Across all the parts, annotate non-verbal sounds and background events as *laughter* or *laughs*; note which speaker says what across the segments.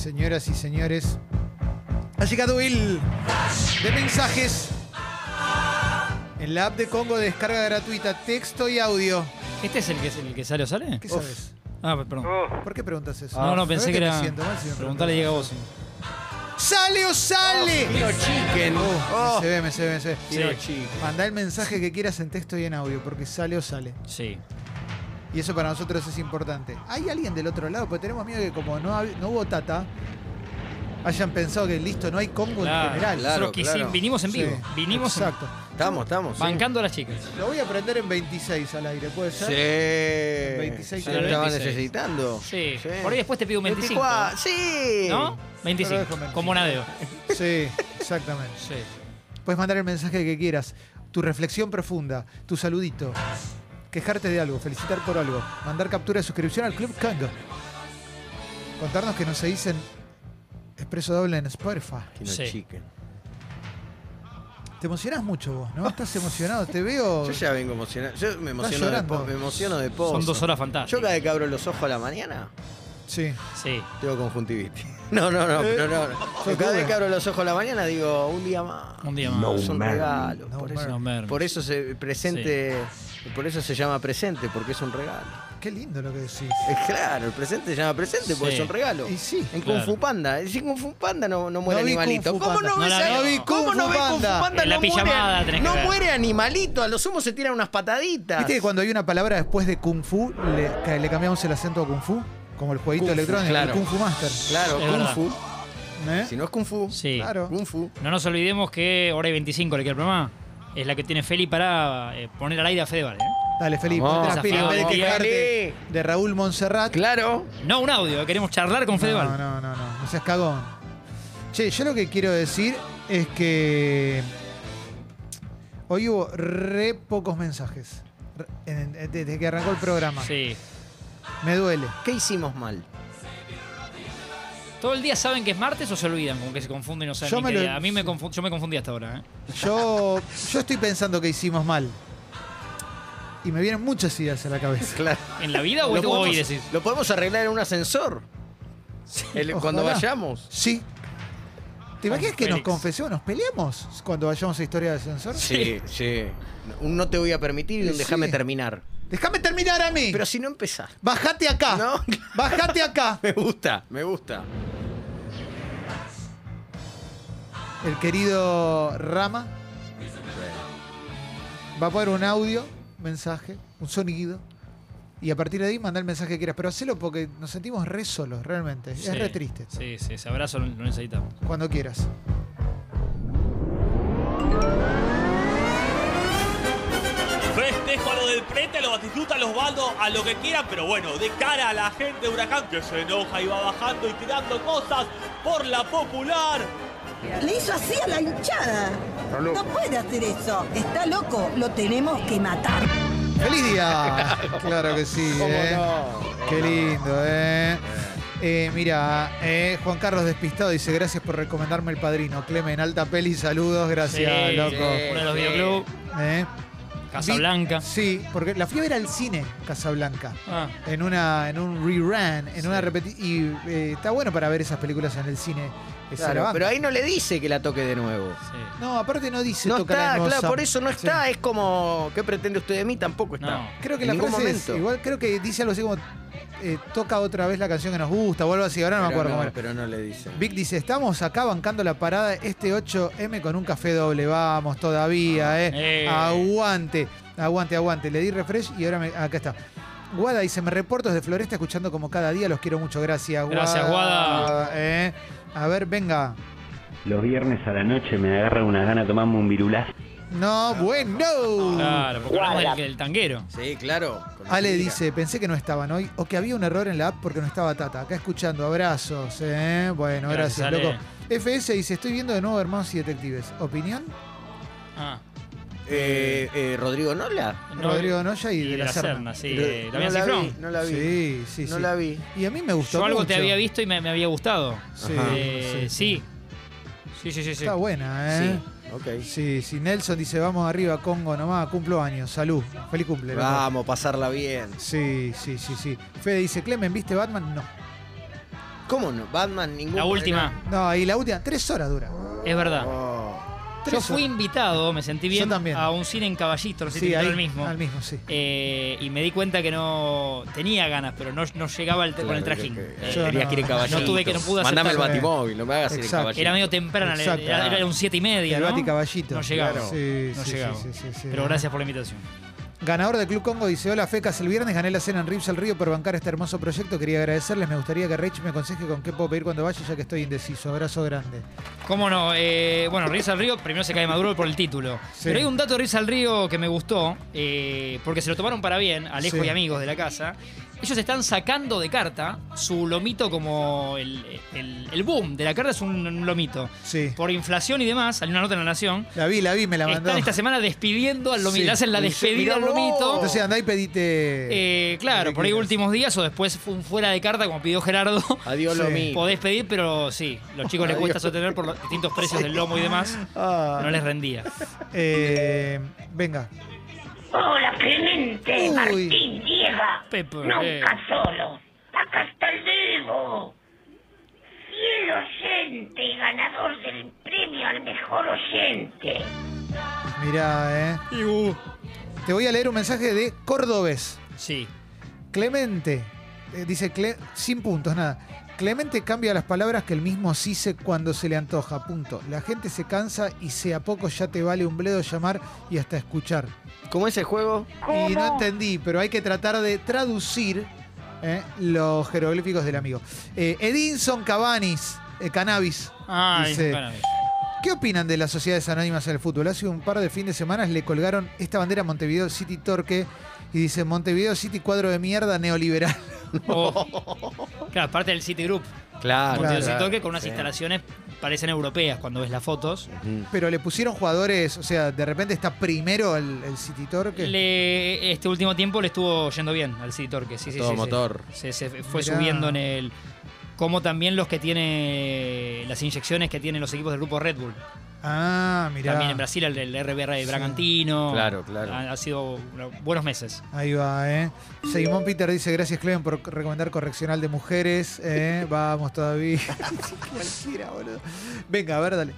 Speaker 1: señoras y señores. Ha llegado el de mensajes. En la app de Congo descarga gratuita, texto y audio.
Speaker 2: ¿Este es el que, el que sale o sale?
Speaker 1: ¿Qué sabes?
Speaker 2: Ah, perdón.
Speaker 1: ¿Por qué preguntas eso?
Speaker 2: no, no,
Speaker 1: ¿Sabés
Speaker 2: pensé
Speaker 1: que
Speaker 2: que
Speaker 1: Oh. este me
Speaker 2: era.
Speaker 1: siento mal si me
Speaker 2: Preguntale, llega vos. sí.
Speaker 1: ¡Sale o sale!
Speaker 3: Chicken.
Speaker 1: Oh, me Se ve, me se ve, me se ve.
Speaker 2: Sí.
Speaker 1: Mandá el mensaje que quieras en texto y en audio, porque sale o sale.
Speaker 2: Sí.
Speaker 1: Y eso para nosotros es importante. ¿Hay alguien del otro lado? Porque tenemos miedo que como no, hab- no hubo Tata, hayan pensado que listo, no hay Congo
Speaker 2: Claro,
Speaker 1: en general.
Speaker 3: claro,
Speaker 2: Nosotros quisimos-
Speaker 3: claro.
Speaker 2: vinimos en
Speaker 1: Sí,
Speaker 2: vivo. vinimos en-
Speaker 1: Exacto.
Speaker 3: Estamos, estamos. sí.
Speaker 2: bancando a las chicas.
Speaker 1: Lo voy a aprender en 26 al aire, ¿puede ser?
Speaker 3: Sí.
Speaker 1: 26,
Speaker 3: Yo lo estaba
Speaker 2: 26.
Speaker 3: necesitando.
Speaker 2: Sí. Por ahí después te pido
Speaker 1: Este
Speaker 2: un 25.
Speaker 3: 24, Sí.
Speaker 2: ¿No? 25.
Speaker 1: dejo 25.
Speaker 2: Como nadeo.
Speaker 1: Sí, exactamente.
Speaker 2: Sí.
Speaker 1: Puedes mandar el mensaje que quieras, tu reflexión profunda, tu saludito, quejarte de algo, felicitar por algo, mandar captura de suscripción al Club Congo, contarnos que nos se dicen expreso doble en Spotify.
Speaker 3: Kino
Speaker 2: Sí.
Speaker 3: Chicken.
Speaker 1: Te emocionás mucho vos, ¿no? Estás emocionado, te veo.
Speaker 3: *laughs* Yo ya vengo emocionado. Yo me emociono de,
Speaker 1: llorando.
Speaker 3: po- me emociono de pozo.
Speaker 2: Son dos horas fantásticas.
Speaker 3: Yo cada vez que abro los ojos a la mañana,
Speaker 1: Sí.
Speaker 2: Sí.
Speaker 3: tengo conjuntivitis. *laughs* No, no, no, pero no. no.
Speaker 1: Eh, yo
Speaker 3: cada
Speaker 1: tuve.
Speaker 3: vez que abro los ojos a la mañana digo, un día más.
Speaker 2: Un día más. No
Speaker 3: Son regalos.
Speaker 1: No
Speaker 3: por,
Speaker 1: man.
Speaker 3: eso,
Speaker 2: No, merme.
Speaker 3: por eso se presente, por eso se llama presente, porque es un regalo.
Speaker 1: Qué lindo lo que decís.
Speaker 3: Eh, claro, el presente se llama presente porque
Speaker 2: Sí.
Speaker 3: es un regalo.
Speaker 1: Y sí.
Speaker 3: En
Speaker 2: Claro.
Speaker 3: Kung Fu Panda, es decir, Kung Fu Panda no, no muere
Speaker 1: No vi
Speaker 3: animalito.
Speaker 1: Kung Fu
Speaker 3: ¿Cómo
Speaker 1: Panda.
Speaker 3: no
Speaker 2: No
Speaker 3: ves
Speaker 2: la
Speaker 3: a-
Speaker 2: vi, Kung
Speaker 3: ¿Cómo
Speaker 1: Fu
Speaker 3: no ves Kung Fu
Speaker 1: Panda?
Speaker 3: Panda?
Speaker 2: En la
Speaker 3: no
Speaker 2: pijamada
Speaker 3: muere,
Speaker 2: tenés que
Speaker 3: no
Speaker 2: ver.
Speaker 3: muere animalito, a lo sumo se tiran unas pataditas.
Speaker 1: ¿Viste que cuando hay una palabra después de Kung Fu, le, que le cambiamos el acento a Kung Fu? Como el jueguito
Speaker 3: Kung Fu,
Speaker 1: electrónico,
Speaker 3: claro.
Speaker 1: el Kung Fu Master.
Speaker 3: Claro,
Speaker 2: Es
Speaker 3: Kung
Speaker 2: verdad.
Speaker 3: Fu.
Speaker 1: ¿Eh?
Speaker 3: Si no es Kung Fu,
Speaker 2: Sí.
Speaker 1: Claro.
Speaker 3: Kung Fu.
Speaker 2: No nos olvidemos que hora y 25 le queda el programa. Es la que tiene Feli para eh, poner al aire a Fedeval. ¿eh?
Speaker 1: Dale, Felipe, ponte las
Speaker 2: Vamos.
Speaker 1: pilas en vez de
Speaker 2: Vamos,
Speaker 1: quejarte
Speaker 3: Feli.
Speaker 1: de Raúl Monserrat.
Speaker 3: Claro.
Speaker 2: No un audio, queremos charlar con Fedeval.
Speaker 1: No, no, no, no, no seas cagón. Che, yo lo que quiero decir es que hoy hubo re pocos mensajes Re- en- en- desde que arrancó el programa.
Speaker 2: Sí.
Speaker 1: Me duele.
Speaker 3: ¿Qué hicimos mal?
Speaker 2: ¿Todo el día saben que es martes o se olvidan? Como que se confunden y no saben
Speaker 1: Yo
Speaker 2: ni
Speaker 1: me
Speaker 2: qué
Speaker 1: lo-
Speaker 2: día. A mí me, confu- yo me confundí hasta ahora. ¿eh?
Speaker 1: Yo, yo estoy pensando que hicimos mal. Y me vienen muchas ideas a la cabeza.
Speaker 3: Claro.
Speaker 2: ¿En la vida o
Speaker 3: Lo
Speaker 2: hoy
Speaker 3: podemos,
Speaker 2: Ah, decís?
Speaker 3: lo podemos arreglar en un ascensor. El- cuando
Speaker 1: Ojalá.
Speaker 3: vayamos.
Speaker 1: Sí. ¿Te
Speaker 2: Con
Speaker 1: imaginas que nos
Speaker 2: Félix.
Speaker 1: confesemos, nos peleamos cuando vayamos a Historia de Ascensor?
Speaker 3: Sí, sí. Un no te voy a permitir y un
Speaker 1: Sí.
Speaker 3: déjame terminar.
Speaker 1: ¡Déjame terminar a mí!
Speaker 3: Pero si no empezás.
Speaker 1: ¡Bajate acá!
Speaker 3: No.
Speaker 1: ¡Bajate acá!
Speaker 3: *laughs* Me gusta, me gusta.
Speaker 1: El querido Rama va a poner un audio, mensaje, un sonido. Y a partir de ahí mandar el mensaje que quieras. Pero hacelo porque nos sentimos re solos, realmente.
Speaker 2: Sí.
Speaker 1: Es re triste.
Speaker 2: Sí, sí, ese abrazo lo, lo necesitamos.
Speaker 1: Cuando quieras.
Speaker 4: Festejo a lo del frente, a los Batistuta, a los Baldo, a lo que quieran, pero bueno, de cara a la gente de Huracán que se enoja y va bajando y tirando cosas por la popular.
Speaker 5: Le hizo así a la hinchada. No puede hacer eso. Está loco. Lo tenemos que matar.
Speaker 1: ¡Feliz día! claro que sí. ¿eh? Qué lindo, ¿eh? Eh, mira, eh, Juan Carlos Despistado dice: Gracias por recomendarme el padrino. Clemen, alta peli, saludos, gracias,
Speaker 2: Sí,
Speaker 1: loco.
Speaker 2: sí, Uno de los
Speaker 3: Sí.
Speaker 2: videoclubs,
Speaker 1: ¿Eh?
Speaker 2: Casablanca.
Speaker 1: Vi- Sí, porque la fui a ver al cine, Casablanca.
Speaker 2: Ah,
Speaker 1: en una en un rerun, en una repeti- y eh, está bueno para ver esas películas en el cine. esa
Speaker 3: Claro,
Speaker 1: la banda.
Speaker 3: pero ahí no le dice que la toque de nuevo.
Speaker 2: sí.
Speaker 1: No, aparte no dice
Speaker 3: no
Speaker 1: toca la
Speaker 3: está,
Speaker 1: hermosa.
Speaker 3: claro, por eso no
Speaker 1: Sí.
Speaker 3: está. Es como, ¿qué pretende usted de mí? Tampoco está.
Speaker 2: No.
Speaker 1: Creo que
Speaker 3: en
Speaker 1: la
Speaker 3: ningún
Speaker 1: frase
Speaker 3: momento.
Speaker 1: es igual, creo que dice algo así como eh, toca otra vez la canción que nos gusta o algo así, ahora no me
Speaker 3: Pero
Speaker 1: acuerdo cómo era.
Speaker 3: pero no le dice.
Speaker 1: Vic dice, estamos acá bancando la parada este 8M con un café doble, vamos todavía, eh.
Speaker 2: Eh.
Speaker 1: Aguante, aguante, aguante. Le di refresh y ahora me- acá está. Guada dice, me reporto desde Floresta escuchando como cada día, los quiero mucho, gracias. Guada.
Speaker 2: Gracias, Guada.
Speaker 1: Eh, A ver, venga.
Speaker 6: Los viernes a la noche me agarra unas ganas de tomarme un virulaz.
Speaker 1: No, bueno.
Speaker 2: Claro, porque hablamos del, del tanguero.
Speaker 3: Sí, claro. con la
Speaker 1: Ale
Speaker 3: tira.
Speaker 1: dice, pensé que no estaban hoy o que había un error en la app porque no estaba Tata. Acá escuchando, abrazos. eh. Bueno, gracias,
Speaker 2: Gracias, Ale.
Speaker 1: loco. FS dice, estoy viendo de nuevo Hermanos y Detectives. ¿Opinión?
Speaker 2: Ah,
Speaker 3: Eh, eh, Rodrigo Nola.
Speaker 1: Rodrigo Noya y, de la, Serna.
Speaker 2: Serna, sí.
Speaker 3: Pero
Speaker 2: eh, Damián
Speaker 3: no la
Speaker 2: Cifrón.
Speaker 3: vi, no la vi.
Speaker 1: Sí, sí,
Speaker 3: no
Speaker 1: sí.
Speaker 3: la vi.
Speaker 1: Y a mí me gustó
Speaker 2: Yo algo
Speaker 1: mucho.
Speaker 2: te había visto y me, me había gustado.
Speaker 1: Sí,
Speaker 3: Ajá.
Speaker 2: Eh,
Speaker 1: sí,
Speaker 2: sí. Sí, sí, sí. sí.
Speaker 1: Está buena, ¿eh?
Speaker 3: Sí, ok.
Speaker 1: Sí. sí, Nelson dice, vamos arriba, Congo nomás, cumplo años, salud, feliz cumple. loco.
Speaker 3: Vamos, pasarla bien.
Speaker 1: Sí, sí, sí, sí. Fede dice, Clemen, ¿viste Batman? No.
Speaker 3: ¿Cómo no? Batman, ningún.
Speaker 2: La última,
Speaker 1: No, y la última, tres horas dura.
Speaker 2: es verdad.
Speaker 3: Oh,
Speaker 1: Tres
Speaker 2: Yo fui
Speaker 1: horas.
Speaker 2: invitado, me sentí bien,
Speaker 1: Yo también.
Speaker 2: a un cine en Caballito, no sé si
Speaker 1: Sí,
Speaker 2: te invitó
Speaker 1: ahí,
Speaker 2: el mismo.
Speaker 1: Al mismo, sí.
Speaker 2: Eh, y me di cuenta que no tenía ganas, pero no, no llegaba el- con el
Speaker 3: Claro,
Speaker 2: trajín.
Speaker 3: que-
Speaker 2: Eh,
Speaker 1: Yo
Speaker 3: querías
Speaker 1: no.
Speaker 3: que ir en caballito.
Speaker 2: No tuve que- no pude
Speaker 3: Mandame el
Speaker 1: aceptar.
Speaker 3: batimóvil, no me hagas ir en
Speaker 1: Exacto.
Speaker 3: caballito.
Speaker 2: Era medio temprano, era,
Speaker 1: Exacto.
Speaker 2: era- era un 7 y media.
Speaker 1: El
Speaker 2: ¿no?
Speaker 1: Bati Caballito.
Speaker 2: No llegaba.
Speaker 3: Claro.
Speaker 1: Sí,
Speaker 2: no
Speaker 1: sí,
Speaker 2: llegaba.
Speaker 1: sí, sí, sí, sí.
Speaker 2: Pero gracias por la invitación.
Speaker 1: Ganador de Club Congo dice, hola fecas, el viernes gané la cena en Rips al Río por bancar este hermoso proyecto. Quería agradecerles, me gustaría que Rich me aconseje con qué puedo pedir cuando vaya ya que estoy indeciso. Abrazo grande.
Speaker 2: ¿Cómo no? Eh, bueno, Risa al Río primero se cae Maduro por el título.
Speaker 1: Sí.
Speaker 2: Pero hay un dato de Risa al Río que me gustó, eh, porque se lo tomaron para bien, Alejo
Speaker 1: Sí.
Speaker 2: y amigos de la casa. Ellos están sacando de carta su lomito como el, el- el boom de la carta es un, un lomito.
Speaker 1: Sí.
Speaker 2: Por inflación y demás, hay una nota en la Nación.
Speaker 1: La vi, la vi, me la mandó.
Speaker 2: Están esta semana despidiendo al lomito,
Speaker 1: Sí.
Speaker 2: le hacen la
Speaker 1: Sí,
Speaker 2: despedida al
Speaker 3: mirá vos.
Speaker 2: lomito.
Speaker 1: Entonces eh, andá y pedite...
Speaker 2: Eh, claro, por ahí últimos días o después fue un fuera de carta, como pidió
Speaker 1: *laughs*
Speaker 2: Gerardo.
Speaker 3: Adiós,
Speaker 1: Ah, Sí.
Speaker 3: lo mismo.
Speaker 2: Podés pedir, pero sí, los chicos les cuesta sostener por los distintos precios del lomo y demás.
Speaker 1: Ah,
Speaker 2: No les rendía.
Speaker 1: eh, venga.
Speaker 7: Hola, Clemente,
Speaker 1: Uy.
Speaker 7: Martín, llega.
Speaker 2: Pepe,
Speaker 7: Nunca
Speaker 2: eh.
Speaker 7: solo. Acá está el vivo. Fiel oyente y ganador del premio al mejor oyente.
Speaker 1: Mirá, eh.
Speaker 2: uh,
Speaker 1: Te voy a leer un mensaje de Córdobés.
Speaker 2: Sí.
Speaker 1: Clemente, eh, dice Cle- sin puntos, nada. Clemente cambia las palabras que el mismo dice cuando se le antoja, punto. La gente se cansa y sea poco ya te vale un bledo llamar y hasta escuchar.
Speaker 3: ¿Cómo es el juego?
Speaker 1: Y no entendí, pero hay que tratar de traducir eh, los jeroglíficos del amigo. Eh, Edinson Cabanis, eh, Cannabis.
Speaker 2: Ah,
Speaker 1: Dice- *laughs*
Speaker 2: bueno,
Speaker 1: ¿Qué opinan de las sociedades anónimas en el fútbol? Hace un par de fines de semana le colgaron esta bandera a Montevideo City Torque y dice Montevideo City cuadro de mierda neoliberal.
Speaker 2: o- claro, parte del Citigroup.
Speaker 3: Claro.
Speaker 2: Montevideo
Speaker 1: Ah, claro,
Speaker 2: Citorque, con unas instalaciones parecen europeas cuando ves las fotos.
Speaker 3: Mm.
Speaker 1: Pero le pusieron jugadores, o sea, de repente está primero el, el City Torque.
Speaker 2: Le- este último tiempo le estuvo yendo bien al City Torque. Sí, sí,
Speaker 3: Todo
Speaker 2: sí, sí.
Speaker 3: motor.
Speaker 2: Se, se fue
Speaker 1: Mirá.
Speaker 2: subiendo en el. Como también los que tiene. Las inyecciones que tienen los equipos del grupo Red Bull.
Speaker 1: Ah, mirá.
Speaker 2: También en Brasil, el, el RBR de
Speaker 1: Sí.
Speaker 2: Bragantino.
Speaker 3: Claro, claro.
Speaker 2: Ha, ha sido bueno, buenos
Speaker 3: *laughs*
Speaker 2: meses.
Speaker 1: Ahí va, ¿eh? Seguimón Peter dice, gracias Clemen por recomendar Correccional de Mujeres.
Speaker 2: *laughs*
Speaker 1: ¿eh? Vamos todavía. Cualquiera, boludo. Venga, a ver, dale.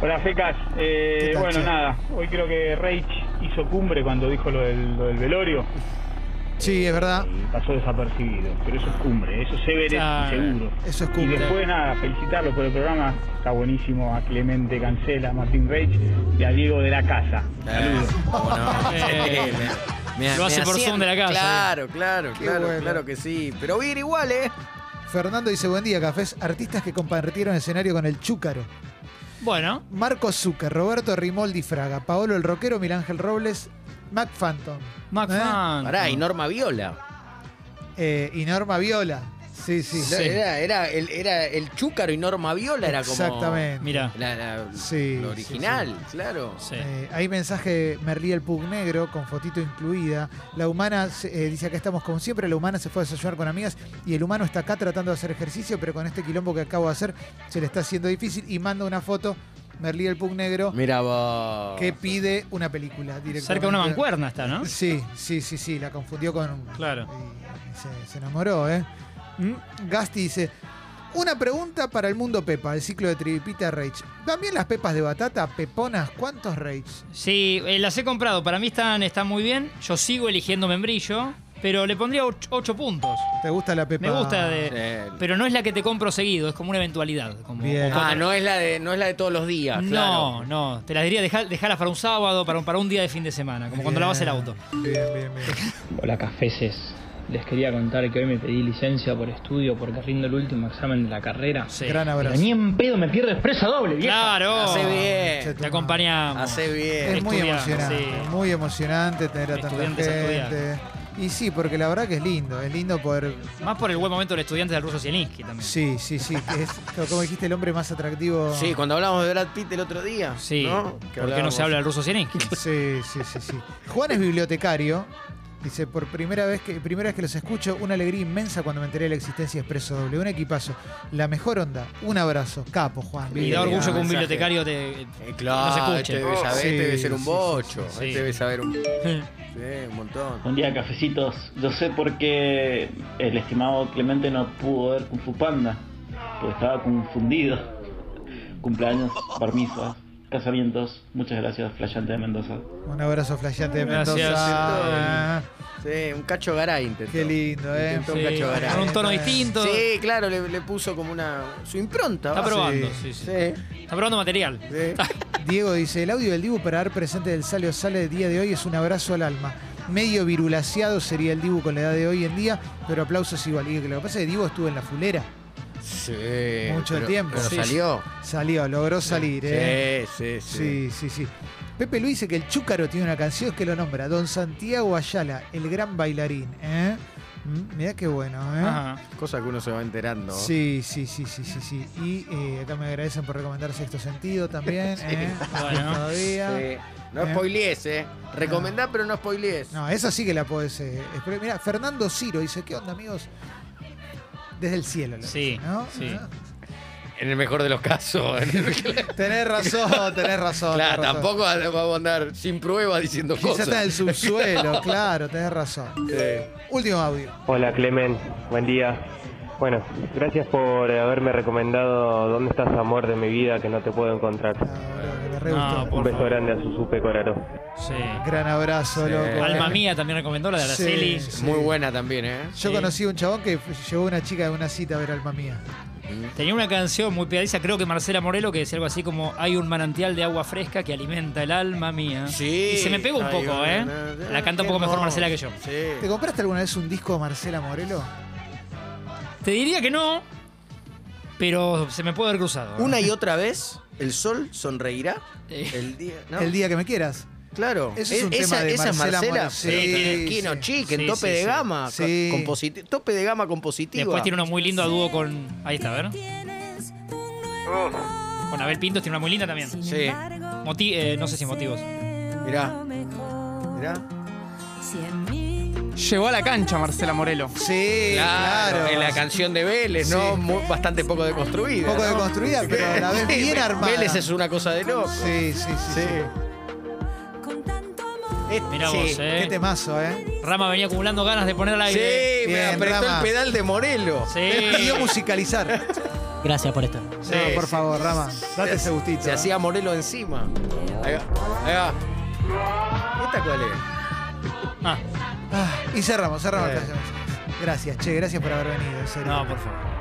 Speaker 8: Hola Fecas, Eh,
Speaker 1: ¿Qué tal,
Speaker 8: bueno
Speaker 1: che?
Speaker 8: nada, hoy creo que Reich hizo cumbre cuando dijo lo del, lo del velorio,
Speaker 1: Sí, es verdad.
Speaker 8: y pasó desapercibido, pero eso es cumbre, eso es Everest
Speaker 2: Claro.
Speaker 8: seguro.
Speaker 1: Eso es
Speaker 8: Y
Speaker 1: cumple.
Speaker 8: después nada, felicitarlos por el programa, está buenísimo a Clemente Cancela, a Martín Reich y a Diego de la Casa.
Speaker 3: Eh, ¿cómo no?
Speaker 2: Eh,
Speaker 3: Me-
Speaker 2: Lo
Speaker 3: me
Speaker 2: hace por
Speaker 3: hacían-
Speaker 2: Zoom de la casa. eh.
Speaker 3: Claro, claro,
Speaker 1: Qué
Speaker 3: claro,
Speaker 1: bueno.
Speaker 3: claro que sí. Pero voy a ir igual, ¿eh?
Speaker 1: Fernando dice, buen día, cafés. Artistas que compartieron escenario con el Chúcaro.
Speaker 2: Bueno,
Speaker 1: Marco Zucker, Roberto Rimoldi Fraga, Paolo el Roquero, Milángel Robles, Mac Phantom.
Speaker 2: Mac
Speaker 1: ¿Eh?
Speaker 2: Fan.
Speaker 3: Pará, y Norma Viola.
Speaker 1: Eh, y Norma Viola. Sí, sí.
Speaker 2: Sí.
Speaker 3: Era, era, el, era el Chúcaro y Norma Viola, era como.
Speaker 1: Exactamente.
Speaker 2: Mira.
Speaker 3: La, la-
Speaker 1: Sí,
Speaker 3: lo original, claro.
Speaker 2: Sí.
Speaker 1: Eh, hay mensaje Merlí el Pug Negro con fotito incluida. La humana se- eh, dice acá estamos como siempre, la humana se fue a desayunar con amigas y el humano está acá tratando de hacer ejercicio, pero con este quilombo que acabo de hacer se le está haciendo difícil y manda una foto Merlí el Pug Negro
Speaker 3: Mira vos.
Speaker 1: que pide una película directamente.
Speaker 2: Cerca de una mancuerna está, ¿no?
Speaker 1: Sí, sí, sí, sí, la confundió con...
Speaker 2: Claro.
Speaker 1: y se, se enamoró, ¿eh? ¿Mm? Gasti dice, una pregunta para el mundo Pepa, el ciclo de Tripita Rage. También las pepas de batata, peponas, ¿cuántos Rage?
Speaker 2: Sí, eh, las he comprado. Para mí están, están muy bien. Yo sigo eligiendo membrillo, pero le pondría 8 puntos.
Speaker 1: ¿Te gusta la pepa?
Speaker 2: Me gusta de.
Speaker 3: Sí.
Speaker 2: Pero no es la que te compro seguido, es como una eventualidad. Como,
Speaker 1: Bien.
Speaker 2: o cuatro-
Speaker 3: Ah, no es la de, no es la de todos los días,
Speaker 2: no,
Speaker 3: claro.
Speaker 2: no. Te las diría, dejá- dejalas para un sábado, para un, para un día de fin de semana, como cuando
Speaker 1: Bien.
Speaker 2: lavas el auto.
Speaker 1: Bien, bien, bien.
Speaker 9: Hola cafeses, les quería contar que hoy me pedí licencia por estudio porque rindo el último examen de la carrera.
Speaker 2: Sí.
Speaker 1: Gran abrazo.
Speaker 9: Pero ni en pedo me pierdo expresa doble, vieja.
Speaker 2: Claro.
Speaker 3: Hace bien.
Speaker 2: Te acompañamos.
Speaker 3: Hace bien.
Speaker 1: Es muy
Speaker 2: Estudiar,
Speaker 1: emocionante,
Speaker 2: sí.
Speaker 1: muy emocionante tener a tanta
Speaker 2: Estudiantes a
Speaker 1: gente. Y sí, porque la verdad que es lindo, es lindo poder...
Speaker 2: Más por el buen momento del estudiante del ruso Zielinski también.
Speaker 1: Sí, sí, sí, que es, como dijiste, el hombre más atractivo.
Speaker 3: Sí, cuando hablamos de Brad Pitt el otro día.
Speaker 2: Sí.
Speaker 3: ¿no? Que
Speaker 2: ¿Por qué no
Speaker 3: hablábamos. *laughs*
Speaker 2: se habla del ruso Zielinski?
Speaker 1: Sí, sí, sí, sí. Juan es bibliotecario Dice, por primera vez que primera vez que los escucho, una alegría inmensa cuando me enteré de la existencia de Expreso Doble. Un equipazo. La mejor onda. Un abrazo. Capo, Juan.
Speaker 2: Y
Speaker 1: Bien.
Speaker 2: da orgullo que un
Speaker 3: mensaje.
Speaker 2: bibliotecario te.
Speaker 3: Eh, claro,
Speaker 2: No se
Speaker 3: este
Speaker 2: escuche.
Speaker 3: debe saber,
Speaker 1: Sí,
Speaker 3: este debe ser
Speaker 1: sí,
Speaker 3: un
Speaker 1: sí,
Speaker 3: bocho.
Speaker 2: sí, sí.
Speaker 3: Este debe saber un.
Speaker 2: *laughs*
Speaker 3: Sí, un montón.
Speaker 10: Buen día, cafecitos. Yo sé por qué el estimado Clemente no pudo ver Kung Fu Panda, porque estaba confundido. Cumpleaños, permisos, casamientos. Muchas gracias, Flayante de Mendoza.
Speaker 1: Un abrazo flasheante de
Speaker 2: Gracias.
Speaker 1: Mendoza.
Speaker 3: Sí, un cacho garay intentó.
Speaker 1: Qué lindo, eh.
Speaker 3: Intentó
Speaker 2: Sí,
Speaker 3: un cacho garay.
Speaker 2: con un tono distinto.
Speaker 3: Sí, claro, le, le puso como una. su impronta.
Speaker 2: Está
Speaker 3: va.
Speaker 2: probando,
Speaker 1: sí.
Speaker 2: sí, sí.
Speaker 3: Sí,
Speaker 2: Está probando material.
Speaker 1: ¿Eh?
Speaker 3: sí.
Speaker 1: Diego dice, el audio del Dibu para dar presente del Salio Sale del día de hoy es un abrazo al alma. Medio virulaseado sería el Dibu con la edad de hoy en día, pero aplausos igual. Y lo que pasa es que Dibu estuvo en la fulera.
Speaker 3: Sí,
Speaker 1: Mucho
Speaker 3: pero-
Speaker 1: tiempo.
Speaker 3: Pero
Speaker 1: Sí.
Speaker 3: salió.
Speaker 1: Salió, logró salir, ¿eh?
Speaker 3: sí,
Speaker 1: Sí,
Speaker 3: sí.
Speaker 1: sí, sí. Pepe Luis dice que el Chúcaro tiene una canción que lo nombra. Don Santiago Ayala, el gran bailarín, ¿eh? Mm, mirá qué bueno, ¿eh?
Speaker 2: Ajá.
Speaker 3: Cosa que uno se va enterando.
Speaker 1: Sí, sí, sí, sí, sí, sí. Y eh, acá me agradecen por recomendar Sexto Sentido
Speaker 3: *laughs*
Speaker 1: también. ¿eh?
Speaker 2: Bueno.
Speaker 1: Todavía.
Speaker 3: Sí. No
Speaker 1: Eh.
Speaker 3: spoilees, eh. Recomendá, pero no spoilees.
Speaker 1: No, esa sí que la podés. Eh, esperar. Mirá, Fernando Ciro dice: ¿Qué onda, amigos? Desde el cielo. lo
Speaker 2: Sí,
Speaker 1: dice, ¿no?
Speaker 2: sí.
Speaker 3: En el mejor de los casos. *laughs* en el-
Speaker 1: Tenés razón, tenés razón.
Speaker 3: claro,
Speaker 1: tenés razón.
Speaker 3: tampoco vamos a andar sin prueba diciendo
Speaker 1: Quizá está en
Speaker 3: cosas.
Speaker 1: el
Speaker 3: *laughs*
Speaker 1: subsuelo, claro, tenés razón.
Speaker 3: Sí.
Speaker 1: Último audio.
Speaker 6: Hola Clemen, buen día. Bueno, gracias por haberme recomendado Dónde estás amor de mi vida que no te puedo encontrar.
Speaker 1: Ah, boludo, que le re
Speaker 2: No,
Speaker 1: gustó.
Speaker 2: por-
Speaker 6: Un beso
Speaker 2: favor.
Speaker 6: grande a Susupe Coraro.
Speaker 2: Sí.
Speaker 1: Gran abrazo,
Speaker 3: Sí.
Speaker 1: loco.
Speaker 2: Alma mía también recomendó la de
Speaker 1: Sí,
Speaker 2: Araceli.
Speaker 1: sí.
Speaker 3: Muy buena también, ¿eh?
Speaker 1: Yo
Speaker 2: Sí.
Speaker 1: conocí a un chabón que llevó a una chica de una cita a ver alma mía.
Speaker 2: Tenía una canción muy pegadiza, creo que Marcela Morelo, que decía algo así como hay un manantial de agua fresca que alimenta el alma mía.
Speaker 3: Sí.
Speaker 2: Y se me pega un
Speaker 3: Ay,
Speaker 2: poco,
Speaker 3: una-
Speaker 2: ¿eh?
Speaker 3: una-
Speaker 2: La canta un
Speaker 3: qué
Speaker 2: poco mejor
Speaker 3: hermoso.
Speaker 2: Marcela que yo.
Speaker 1: ¿Te
Speaker 3: Sí.
Speaker 1: compraste alguna vez un disco de Marcela Morelo?
Speaker 2: Te diría que no, pero se me puede haber cruzado. ¿eh? ¿no?
Speaker 3: Una y otra vez, el sol sonreirá
Speaker 2: Eh,
Speaker 3: el día. ¿no?
Speaker 1: El día que me quieras.
Speaker 3: Claro. E-
Speaker 1: Ese es un
Speaker 3: esa,
Speaker 1: tema de
Speaker 3: esa es
Speaker 1: Marcela
Speaker 3: Marcela.
Speaker 1: Moreno. Sí,
Speaker 3: en
Speaker 1: sí.
Speaker 3: Kino Chic, en
Speaker 2: Sí,
Speaker 3: tope
Speaker 2: sí,
Speaker 3: de
Speaker 2: sí.
Speaker 3: gama.
Speaker 1: Sí.
Speaker 3: co- composit- tope de gama compositiva.
Speaker 2: Después tiene una muy linda dúo con. Ahí está, a ver. Con Abel Pintos tiene una muy linda también.
Speaker 3: Sí.
Speaker 2: Moti- eh, no sé si motivos.
Speaker 3: Mirá. Mirá.
Speaker 11: Llegó a la cancha Marcela Morelo.
Speaker 1: Sí,
Speaker 3: Claro, en la canción de Vélez, ¿no?
Speaker 1: Sí.
Speaker 3: Muy- bastante poco deconstruida.
Speaker 1: poco
Speaker 3: ¿no?
Speaker 1: deconstruida, pero la ves
Speaker 3: Sí,
Speaker 1: bien
Speaker 3: Ve-
Speaker 1: armada.
Speaker 3: Vélez es una cosa de loco.
Speaker 1: Sí, sí, sí. sí.
Speaker 3: Este-
Speaker 2: Mirá
Speaker 3: sí.
Speaker 2: vos,
Speaker 1: Qué
Speaker 2: eh.
Speaker 1: temazo, ¿eh?
Speaker 2: Rama venía acumulando ganas de poner al
Speaker 3: Sí,
Speaker 2: aire.
Speaker 3: me
Speaker 1: Bien,
Speaker 3: apretó
Speaker 1: Rama.
Speaker 3: el pedal de Morelo.
Speaker 1: Él *laughs*
Speaker 3: *laughs*
Speaker 1: pidió musicalizar.
Speaker 11: Gracias por esto.
Speaker 1: No, por favor, Rama, date ese gustito.
Speaker 3: Se
Speaker 1: ¿eh?
Speaker 3: hacía Morelo encima. Ahí va. Ahí va. ¿Esta cuál es?
Speaker 2: Ah,
Speaker 1: Ah, y cerramos, cerramos.
Speaker 3: Eh.
Speaker 1: cerramos. Gracias, che, gracias por haber venido. en serio.
Speaker 2: no, por favor.